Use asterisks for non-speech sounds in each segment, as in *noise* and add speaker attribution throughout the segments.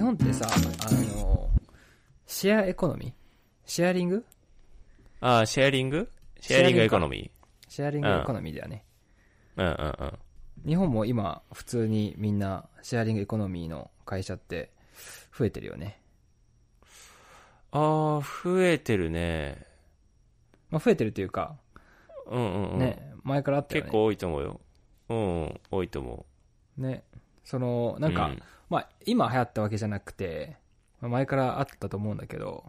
Speaker 1: 本ってさ、あの、シェアエコノミーシェアリング
Speaker 2: ああ、シェアリングシェアリングエコノミ
Speaker 1: シェアリングエコノミーだよね。
Speaker 2: ー。うんうんうん。
Speaker 1: 日本も今、普通にみんな、シェアリングエコノミーの会社って、増えてるよね。
Speaker 2: ああ、増えてるね。
Speaker 1: まあ、増えてるというか、
Speaker 2: うんうんうん。
Speaker 1: ね、前からあったよ
Speaker 2: 結
Speaker 1: ね。
Speaker 2: 構多いと思うよ。うん、うん、多いと思
Speaker 1: ね。その、
Speaker 2: う。
Speaker 1: なんか、
Speaker 2: うん
Speaker 1: まあ、今流行ったわけじゃなくて、まあ前からあったと思うんだけど、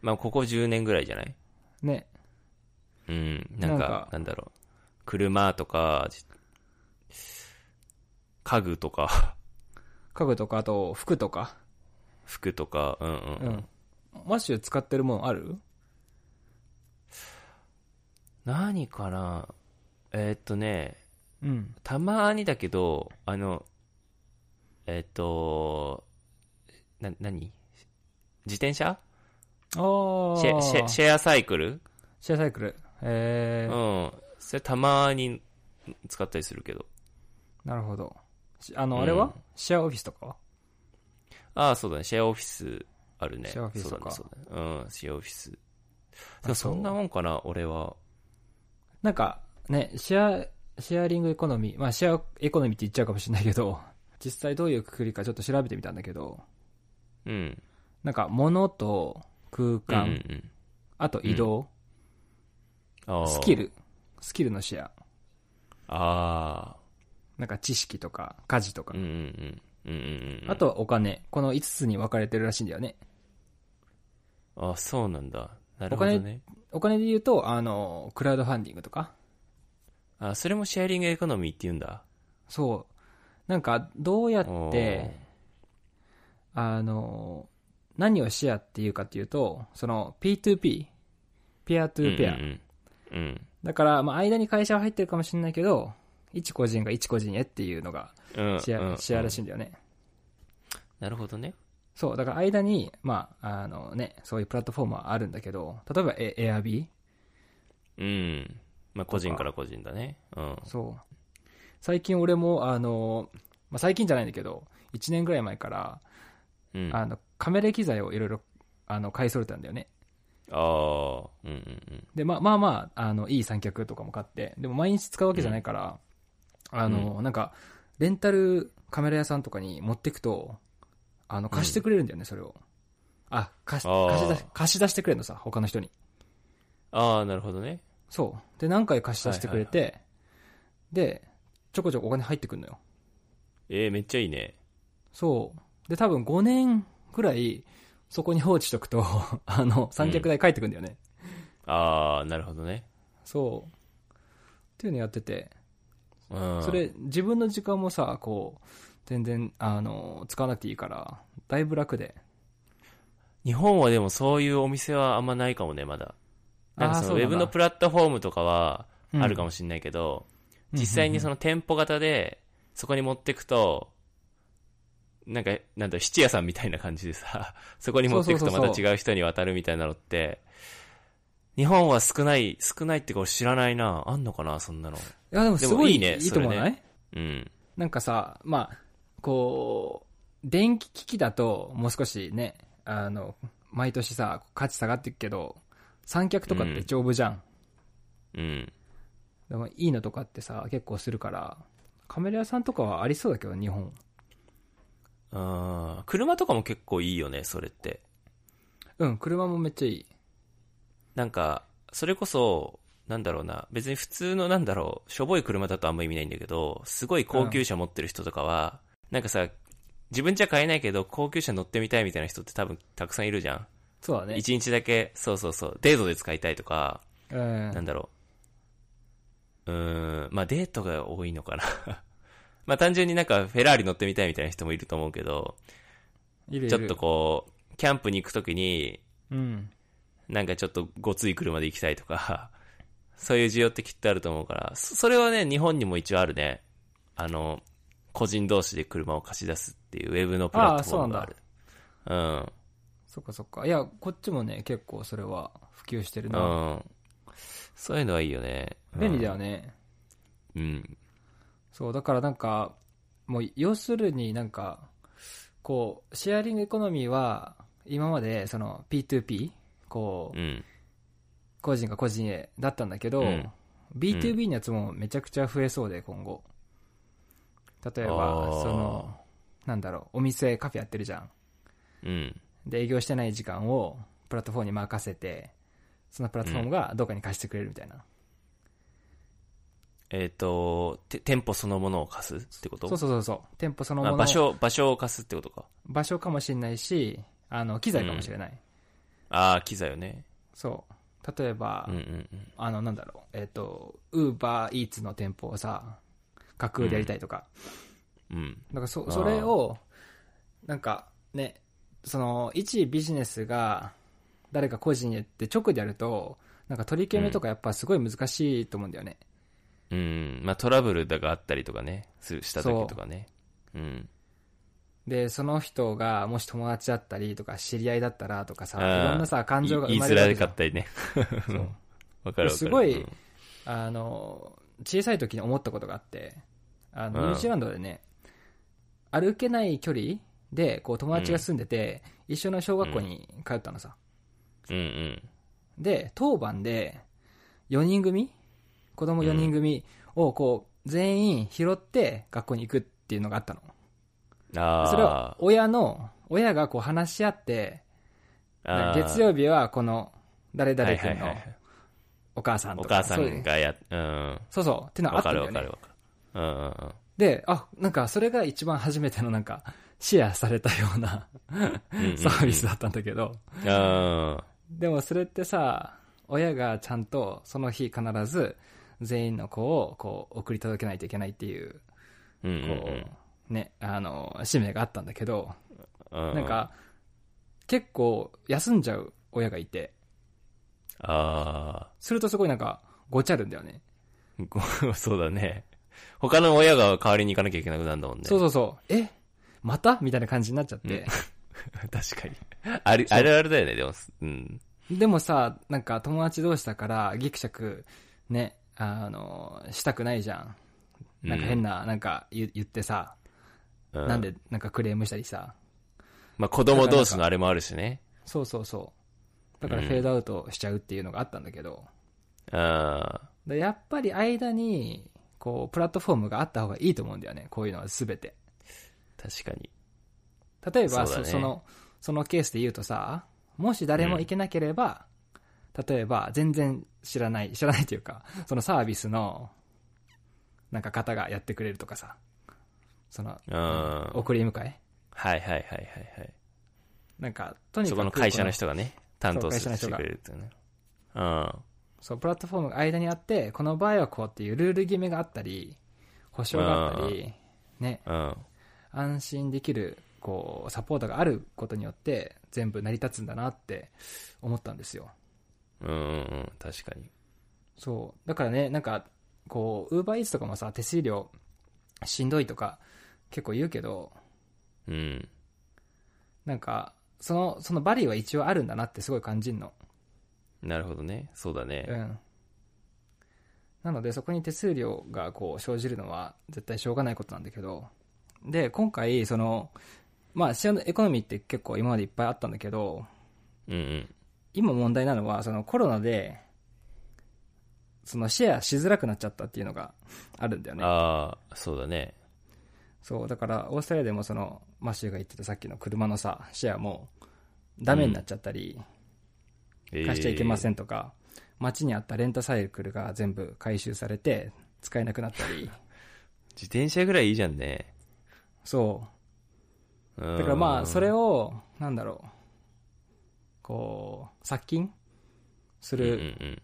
Speaker 2: まあ、ここ10年ぐらいじゃない
Speaker 1: ね、
Speaker 2: うん、なん
Speaker 1: なん
Speaker 2: か
Speaker 1: か、
Speaker 2: なんだろう。車とか、じ家具とか、 *laughs*
Speaker 1: 家具とか、あと、服とか、
Speaker 2: 服とか、うんうん
Speaker 1: う
Speaker 2: うん。
Speaker 1: ん。マッシュ使ってるものある
Speaker 2: 何かなえーっとね、
Speaker 1: うん。
Speaker 2: たまにだけど、あの、えーっと、な、何自転車
Speaker 1: ああ。
Speaker 2: シェシェシェアサイクル、
Speaker 1: シェアサイクル。えー、
Speaker 2: うん。それたまに使ったりするけど。
Speaker 1: なるほど。しあ
Speaker 2: うん
Speaker 1: の、あれは、シェアオフィスとかは
Speaker 2: ああ、そうだね。シェアオフィスあるね。
Speaker 1: シェアオフィスとか
Speaker 2: そうだね、そうだね。うん、シェアオフィス。で
Speaker 1: あ
Speaker 2: も
Speaker 1: と
Speaker 2: そんなもんかな、俺は。
Speaker 1: なんか、ね、シェア、シェアリングエコノミー、まあ、シェアエコノミーって言っちゃうかもしれないけど、 *laughs* 実際どういうくくりかちょっと調べてみたんだけど、
Speaker 2: うん。
Speaker 1: なんか、物と空
Speaker 2: うん、う
Speaker 1: 間、
Speaker 2: ん。
Speaker 1: あと移動、
Speaker 2: あー
Speaker 1: スキ。ル、スキルのシェア、
Speaker 2: あ
Speaker 1: なんか知識とか、家事と
Speaker 2: あ。
Speaker 1: か
Speaker 2: うん、うんうん。うんうんうん。
Speaker 1: あとはお金、この5つに分かれてるらしいんだよね。
Speaker 2: あそうなんだ。なるほどね。
Speaker 1: お金で言うと、あの、クラウドファンディングとか、
Speaker 2: あそれもシェアリングエコノミーって言うんだ。
Speaker 1: そう。なんか、どうやっ
Speaker 2: お
Speaker 1: て
Speaker 2: ー、
Speaker 1: あの、何をシェアっていうかっていうと、その P2P、ペアトゥーペア。
Speaker 2: うんうんうん。うん
Speaker 1: だから、まあ、間に会社は入ってるかもしれないけど、一個人が一個人へっていうのが
Speaker 2: うん
Speaker 1: シェア、
Speaker 2: うん
Speaker 1: シェアらしいんだよね。
Speaker 2: なるほどね。
Speaker 1: そう、だから間に、まあ、あのね、そういうプラットフォームはあるんだけど、例えばエ Airb?
Speaker 2: うん。まあ、個人から個人だね。うん。
Speaker 1: そう。最近俺も、あの、まあ、最近じゃないんだけど、1年ぐらい前から、
Speaker 2: うん。
Speaker 1: あの、カメラ機材をいろいろ、あの、買い揃えたんだよね。
Speaker 2: あー。うんうん
Speaker 1: で、まあまあまあ、あの、いい三脚とかも買って、でも毎日使うわけじゃないから、あの、なんか、レンタルカメラ屋さんとかに持ってくと、あの、貸してくれるんだよね、それを。あ、貸し、
Speaker 2: あー
Speaker 1: 貸し出し、貸し出してくれるのさ、他の人に。
Speaker 2: ああ、なるほどね。
Speaker 1: そう。で、何回貸し出してくれて、で、ちょこちょこお金入ってくるのよ。
Speaker 2: えー、めっちゃいいね。
Speaker 1: そう。で、多分5年ぐらい、そこに放置しとくと、 *laughs* あの、三脚代返ってくるんだよね。
Speaker 2: ああ、なるほどね。
Speaker 1: そう。っていうのやってて、
Speaker 2: うん。
Speaker 1: それ、自分の時間もさ、こう、全然、あの、使わなくていいから、だいぶ楽で。
Speaker 2: 日本はでもそういうお店はあんまないかもね、まだ。なんか
Speaker 1: あー
Speaker 2: そ
Speaker 1: そ
Speaker 2: の
Speaker 1: う
Speaker 2: ウ
Speaker 1: な
Speaker 2: ェ
Speaker 1: んだ
Speaker 2: ブのプラットフォームとかはあるか
Speaker 1: も。
Speaker 2: もしれないけど、実際にその店舗型で、そこに持ってくと、なんか、なんだろう、質屋さんみたいな感じでさ、 *laughs* そこに持ってく
Speaker 1: そう
Speaker 2: と
Speaker 1: そう
Speaker 2: ま
Speaker 1: そうそう
Speaker 2: た違う人に渡るみたいなのって、日本は少ない、少ないってこれ知らないな。あんのかな、そんなの。
Speaker 1: いや、でもすご
Speaker 2: でも
Speaker 1: い
Speaker 2: いいね
Speaker 1: いいと思わ
Speaker 2: そ
Speaker 1: な
Speaker 2: れ
Speaker 1: い、
Speaker 2: うん。
Speaker 1: なんかさ、まあ、こう、電気機器だと、もう少しね、あの、毎年さ、価値下がってくけど、三脚とかって丈夫じゃん。
Speaker 2: うん。
Speaker 1: でもいいのとかってさ、結構するから、カメラ屋さんとかはありそうだけど、日本。
Speaker 2: あー車とかも結構いいよね、それって。
Speaker 1: うん、車もめっちゃいい。
Speaker 2: なんか、それこそ、なんだろうな、別に普通のなんだろう、しょぼい車だとあんま意味ないんだけど、すごい高級車持ってる人とかは、なんかさ、自分じゃ買えないけど、高級車乗ってみたいみたいな人って多分たくさんいるじゃん。
Speaker 1: そうだね。
Speaker 2: 一、日だけ、そうそうそう、デートで使いたいとか、
Speaker 1: うん
Speaker 2: なんだろう。うーん、まあデートが多いのかな。 *laughs* まあ単純になんかフェラーリ乗ってみたいみたいな人もいると思うけど、
Speaker 1: いるいる
Speaker 2: ちょっとこう、キャンプに行くときに、
Speaker 1: うん。
Speaker 2: なんかちょっとごつい車で行きたいとか、 *laughs* そういう需要ってきっとあると思うから、そそれはね、日本にも一応あるね。あの、個人同士で車を貸し出すっていうウェブのプラットフォームがある。うん。
Speaker 1: そっかそっか。いや、こっちもね、結構それは普及してる
Speaker 2: う
Speaker 1: な。
Speaker 2: ん。そういうのはいいよね。うん
Speaker 1: 便利だよね。
Speaker 2: うん。
Speaker 1: そう、だからなんか、もう、要するになんか、こう、シェアリングエコノミーは、今まで、その、P2P、こう、
Speaker 2: うん。
Speaker 1: 個人が個人へだったんだけど、
Speaker 2: うん
Speaker 1: B2B のやつもめちゃくちゃ増えそうで、今後。例えば
Speaker 2: あ、ー
Speaker 1: その、なんだろう、お店、カフェやってるじゃん。
Speaker 2: うん。
Speaker 1: で、営業してない時間をプラットフォームに任せて、そのプラットフォームがどっかに貸してくれるみたいな。
Speaker 2: えっ、と、て店舗そのものを貸すってこと
Speaker 1: そうそうそうそう。店舗そのも
Speaker 2: あ
Speaker 1: の、
Speaker 2: 場所、場所を貸すってことか。
Speaker 1: 場所かもしれないし、あの、機材かもしれない。
Speaker 2: ああ、機材よね。
Speaker 1: そう。例えば、
Speaker 2: うんうんうん。
Speaker 1: あの、なんだろう、えっ、と、ウーバーイーツの店舗をさ、架空でやりたいとか。
Speaker 2: うん。
Speaker 1: だからそ
Speaker 2: あ、ー
Speaker 1: それを、なんかね、その、一ビジネスが、誰か個人へって直でやると、なんか取り決めとかやっぱすごい難しいと思うんだよね。
Speaker 2: うん。まあトラブルだがあったりとかね。するした時とかね。うん。
Speaker 1: で、その人がもし友達だったりとか知り合いだったらとかさ、
Speaker 2: あー
Speaker 1: いろんなさ、感情が生
Speaker 2: い言
Speaker 1: ま
Speaker 2: い
Speaker 1: れ
Speaker 2: づ
Speaker 1: るわ
Speaker 2: ら
Speaker 1: けじ
Speaker 2: か
Speaker 1: ゃん
Speaker 2: ったりね。
Speaker 1: そう
Speaker 2: *laughs* わかるわかる。
Speaker 1: すごい
Speaker 2: うん
Speaker 1: あの、小さい時に思ったことがあって、あの、
Speaker 2: うん
Speaker 1: ニュージーランドでね、歩けない距離で、こう友達が住んでて、一緒の小学校に通ったのさ。
Speaker 2: うんうん。
Speaker 1: で、当番で、4人組子供4人組をこう、全員拾って学校に行くっていうのがあったの。
Speaker 2: ああ。
Speaker 1: それは親の、親がこう話し合って、
Speaker 2: あー
Speaker 1: 月曜日はこの、誰々
Speaker 2: は
Speaker 1: 君
Speaker 2: いはいは
Speaker 1: の
Speaker 2: いはい
Speaker 1: お母さん
Speaker 2: お
Speaker 1: と
Speaker 2: 母
Speaker 1: か。
Speaker 2: さんがや、うん。
Speaker 1: そうそう。ってのはあ
Speaker 2: わ
Speaker 1: った
Speaker 2: か
Speaker 1: んだよね。
Speaker 2: るわかるわかる。うんうんうん。
Speaker 1: で、あ、なんかそれが一番初めてのなんか、シェアされたような *laughs*
Speaker 2: んうん
Speaker 1: サービスだったんだけど、
Speaker 2: あ
Speaker 1: でもそれってさ、親がちゃんとその日必ず全員の子をこう送り届けないといけないっていう、
Speaker 2: ーうん
Speaker 1: こ
Speaker 2: うんうん
Speaker 1: う、ね、あの、使命があったんだけど、
Speaker 2: うん
Speaker 1: なんか、結構休んじゃう親がいて、
Speaker 2: あ
Speaker 1: するとすごいなんか、ごちゃるんだよね。
Speaker 2: あ、ごそうだね。他の親が代わりに行かなきゃいけなくなるんだもんね。
Speaker 1: そうそうそう、えまたみたいな感じになっちゃって、
Speaker 2: 確かに。ある、あるあるだよね、でも、うん。
Speaker 1: でもさ、なんか友達同士だから、ギクシャク、ね、あの、したくないじゃん。なんか変な、なんか言言ってさ、
Speaker 2: う
Speaker 1: なんで、なんかクレームしたりさ。
Speaker 2: まあ子供同士のあれもあるしね。
Speaker 1: そうそうそう。だからフェードアウトしちゃうっていうのがあったんだけど、
Speaker 2: あ
Speaker 1: でやっぱり間に、こう、プラットフォームがあった方がいいと思うんだよね、こういうのは全て。
Speaker 2: あ、確かに。
Speaker 1: 例えば
Speaker 2: そう
Speaker 1: そ,、
Speaker 2: だね
Speaker 1: のそのケースで言うとさもし誰も行けなければ、例えば全然知らない知らないというかそのサービスのなんか方がやってくれるとかさその
Speaker 2: うん。はい
Speaker 1: 送り迎え
Speaker 2: はいはいはいはい。
Speaker 1: なんかとにかく
Speaker 2: そこの会社の
Speaker 1: こ
Speaker 2: 人がね、担当す
Speaker 1: そう
Speaker 2: る
Speaker 1: 会
Speaker 2: し
Speaker 1: 社
Speaker 2: て
Speaker 1: の人が
Speaker 2: くれるっていうね。うん。
Speaker 1: そうプラットフォームが間にあってこの場合はこうっていうルール決めがあったり保証があったりね
Speaker 2: うん。
Speaker 1: 安心できるこうサポートがあることによって全部成り立つんだなって思ったんですよ
Speaker 2: うんうんうん、確かに。
Speaker 1: そう。だからね、なんか、こう、ウーバーイーツとかもさ、手数料しんどいとか結構言うけど、
Speaker 2: うん。
Speaker 1: なんか、その、そのバリューは一応あるんだなってすごい感じんの。
Speaker 2: なるほどね。そうだね
Speaker 1: う。ん。なので、そこに手数料がこう、生じるのは絶対しょうがないことなんだけど、で、今回、その、まあ、シェアのエコノミーって結構今までいっぱいあったんだけど、
Speaker 2: うんうん。
Speaker 1: 今問題なのは、そのコロナで、そのシェアしづらくなっちゃったっていうのがあるんだよね。
Speaker 2: ああ、そうだね。
Speaker 1: そう、だから、オーストラリアでもその、マシューが言ってたさっきの車のさ、シェアも、ダメになっちゃったり、
Speaker 2: えー
Speaker 1: 貸しちゃいけませんとか、街にあったレンタサイクルが全部回収されて、使えなくなったり、
Speaker 2: 自転車ぐらいいいじゃんね。
Speaker 1: そ
Speaker 2: だ
Speaker 1: う。だからまあ、それ
Speaker 2: を、
Speaker 1: を、なんだろう、こう、殺菌す
Speaker 2: うんうん
Speaker 1: る、
Speaker 2: うん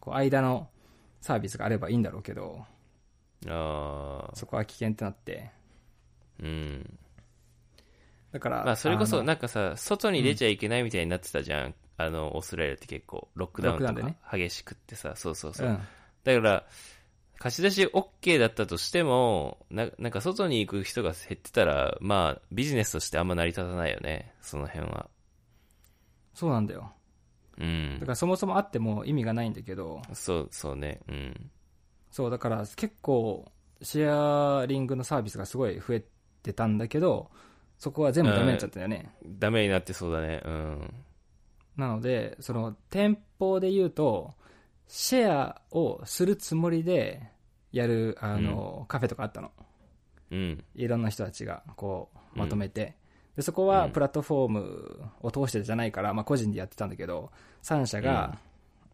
Speaker 1: こう、間のサービスがあればいいんだろうけど、
Speaker 2: ああ、
Speaker 1: そこは危険ってなって、
Speaker 2: うん。
Speaker 1: だから、
Speaker 2: まあ、それこそ、
Speaker 1: あの
Speaker 2: なんかさ、外に出ちゃいけないみたいになってたじゃん。あの、オーストラリアって結構、ロックダウン
Speaker 1: ロッ
Speaker 2: と
Speaker 1: クダウン
Speaker 2: か激しくってさ、そうそうそうう。
Speaker 1: ん、
Speaker 2: だから、貸し出し OK だったとしても、ななんか外に行く人が減ってたら、まあ、ビジネスとしてあんま成り立たないよね。その辺は。
Speaker 1: そうなんだよ。
Speaker 2: う
Speaker 1: だ
Speaker 2: ん
Speaker 1: か。ら、そもそもあっても意味がないんだけど、
Speaker 2: そう、そうね。うん。
Speaker 1: そう、だから結構、シェアリングのサービスがすごい増えてたんだけど、そこは全部ダメになっちゃったよね。
Speaker 2: ダメになってそうだね。うん。
Speaker 1: なので、その店舗で言うと、シェアをするつもりでやる、あの、カフェとかあったの。
Speaker 2: うん。
Speaker 1: いろんな人たちがこうまとめて、でそこはプラットフォームを通してじゃないから、まあ、個人でやってたんだけど3社が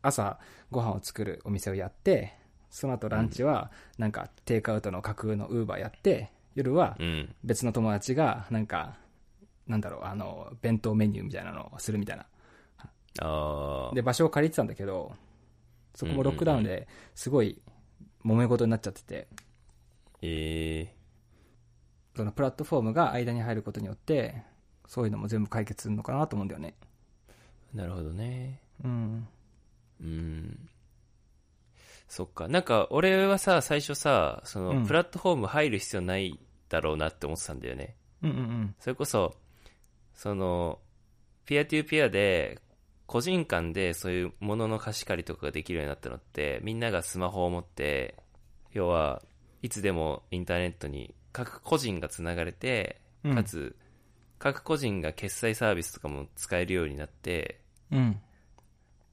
Speaker 1: 朝ご飯を作るお店をやってその後ランチはなんかテイクアウトの架空のウーバーやって夜は
Speaker 2: うん。
Speaker 1: 別の友達がなんかなんだろうあの弁当メニューみたいなのをするみたいな
Speaker 2: ああ。
Speaker 1: で場所を借りてたんだけどそこもロックダウンですごい揉め事になっちゃってて
Speaker 2: ええ
Speaker 1: そのプラットフォームが間に入ることによってそういうのも全部解決するのかなと思うんだよね
Speaker 2: なるほどね。
Speaker 1: うん
Speaker 2: うん。そっか。なんか、俺はさ、最初さ、そうの、
Speaker 1: ん
Speaker 2: プラットフォーム入る必要ないだろうなって思ってたんだよね。
Speaker 1: うんうん
Speaker 2: それこそ、その、ピアトゥーピアで、個人間でそういうものの貸し借りとかができるようになったのって、みんながスマホを持って、要は、いつでもインターネットに各個人がつながれて、
Speaker 1: うん
Speaker 2: かつ、各個人が決済サービスとかも使えるようになって、
Speaker 1: うんうん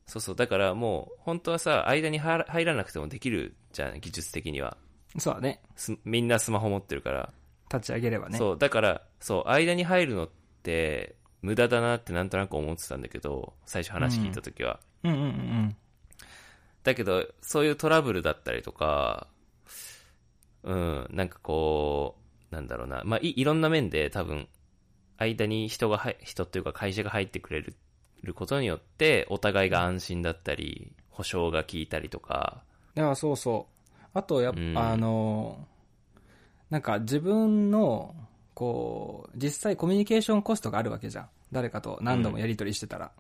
Speaker 2: そうそう、だからもう、本当はさ、間に入ら入らなくてもできるじゃん、技術的には。
Speaker 1: そうだね
Speaker 2: すみんなスマホ持ってるから。
Speaker 1: 立ち上げればね
Speaker 2: そう、だから、そう、間に入るのって、無駄だなってなんとなく思ってたんだけど、最初話聞いた時は。
Speaker 1: うんうんうん
Speaker 2: だけど、そういうトラブルだったりとか、うん、なんかこう、なんだろうな、まあ、いいろんな面で多分、間に人が入、人というか会社が入ってくれるることによって、お互いが安心だったり、保証が効いたりとか、
Speaker 1: いやそうそうあとやっぱ、
Speaker 2: うん
Speaker 1: あのなんか自分のこう実際コミュニケーションコストがあるわけじゃん誰かと何度もやり取りしてたら、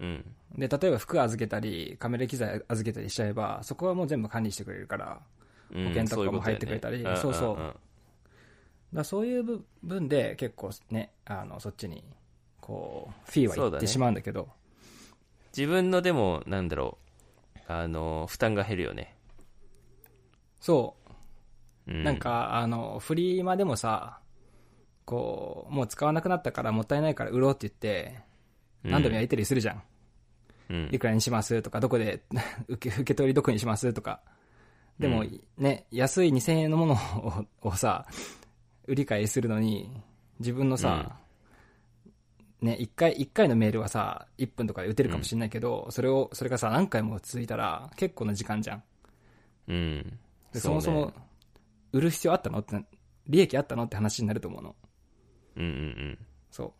Speaker 2: うん、
Speaker 1: で例えば服預けたりカメラ機材預けたりしちゃえばそこはもう全部管理してくれるから
Speaker 2: うん
Speaker 1: 保険とかも
Speaker 2: そういうとだよね
Speaker 1: 入ってくれたりそうそうん
Speaker 2: ん
Speaker 1: だからそういう部分で結構ねあのそっちにこうフィーは
Speaker 2: そう
Speaker 1: 行
Speaker 2: だ
Speaker 1: って
Speaker 2: ね
Speaker 1: しまうんだけど
Speaker 2: 自分のでも、なんだろう、あの、負担が減るよね。
Speaker 1: そう,、
Speaker 2: う
Speaker 1: なん、かあのフリマでもさこうもう使わなくなったからもったいないから売ろうって言って何度もやり取りするじゃん、
Speaker 2: うん
Speaker 1: いくらにしますとかどこで *laughs* 受け受け取りどこにしますとかでも、
Speaker 2: う
Speaker 1: ね安い2000円のものををさ売り買いするのに自分のさ、ね、1回一回のメールはさ1分とかで打てるかもしれないけど、それをそれがさ何回も続いたら結構な時間じゃん
Speaker 2: うん。
Speaker 1: で
Speaker 2: う
Speaker 1: そ
Speaker 2: ね
Speaker 1: もそも、売る必要あったのってな利益あったのって話になると思うの
Speaker 2: うんうんうん。
Speaker 1: そう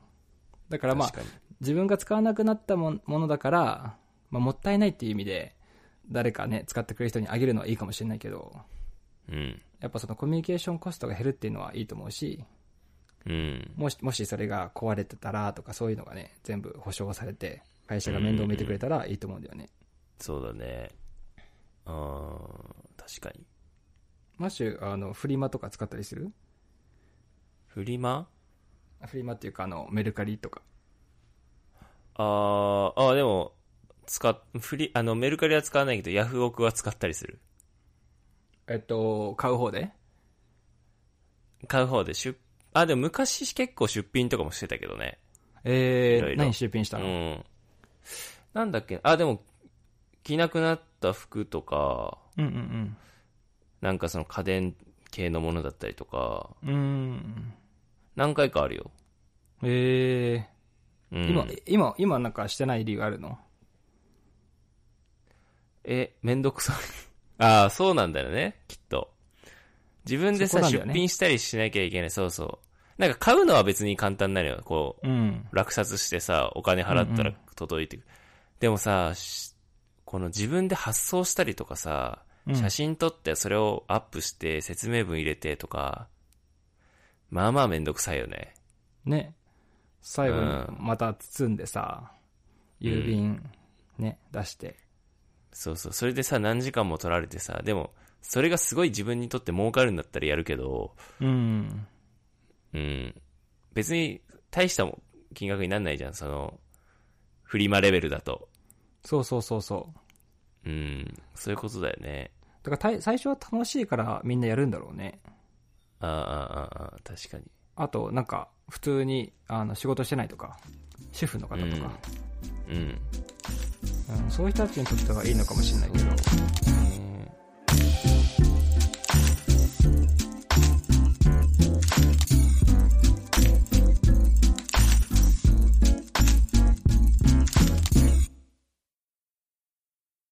Speaker 1: だからまあ
Speaker 2: 確か
Speaker 1: 自分が使わなくなったもんものだから、まあ、もったいないっていう意味で誰かね使ってくれる人にあげるのはいいかもしれないけど
Speaker 2: にうん。
Speaker 1: やっぱそのコミュニケーションコストが減るっていうのはいいと思うし
Speaker 2: うん。
Speaker 1: もしもしそれが壊れてたらとかそういうのがね全部保証されて会社が面倒見てくれたらいいと思うんだよね
Speaker 2: そうだね。あー確かに。
Speaker 1: マッシュあのフリマとか使ったりする
Speaker 2: フリマ
Speaker 1: フリマっていうかあのメルカリとか
Speaker 2: あーあー、でも、使っ、フリ、あの、メルカリは使わないけど、ヤフオクは使ったりする。
Speaker 1: えっと買う方で
Speaker 2: 買う方で出、あ、でも昔結構出品とかもしてたけどね。
Speaker 1: えー、
Speaker 2: いろいろ
Speaker 1: 何出品した
Speaker 2: う
Speaker 1: の、
Speaker 2: ん。なんだっけ、あ、でも、着なくなった服とか、
Speaker 1: うん、うん
Speaker 2: なんかその家電系のものだったりとか、
Speaker 1: うんうん
Speaker 2: 何回かあるよ。
Speaker 1: え
Speaker 2: う
Speaker 1: ー、
Speaker 2: ん、
Speaker 1: 今、今今なんかしてない理由あるの
Speaker 2: え、めんどくさい。 *laughs* ああ、そうなんだよね、きっと。自分で
Speaker 1: そ
Speaker 2: さ、
Speaker 1: こなんだよ
Speaker 2: 出
Speaker 1: ね
Speaker 2: 品したりしなきゃいけない。そうそう。なんか買うのは別に簡単なのよ。こ
Speaker 1: うん
Speaker 2: う、落札してさ、お金払った
Speaker 1: う
Speaker 2: ら
Speaker 1: ん
Speaker 2: 届いてくる。でもさ、しこの自分で発送したりとかさ、
Speaker 1: うん
Speaker 2: 写真撮ってそれをアップして説明文入れてとか、まあまあめんどくさいよね。
Speaker 1: ね最後に
Speaker 2: うん
Speaker 1: また包んでさ、郵便ね出して
Speaker 2: そうそう。それでさ、何時間も撮られてさ、でも、それがすごい自分にとって儲かるんだったらやるけど、
Speaker 1: うん
Speaker 2: うん。別に大したも金額になんないじゃん、その、フリマレベルだと。
Speaker 1: そうそうそうそう
Speaker 2: うん。そういうことだよね。
Speaker 1: だからたい最初は楽しいからみんなやるんだろうね
Speaker 2: ああ、ああ、ああ、確かに。
Speaker 1: あとなんか普通にあの仕事してないとか、主婦の方とか、
Speaker 2: うん。
Speaker 1: うんそういう人たちにとってはいいのかもしれないけど、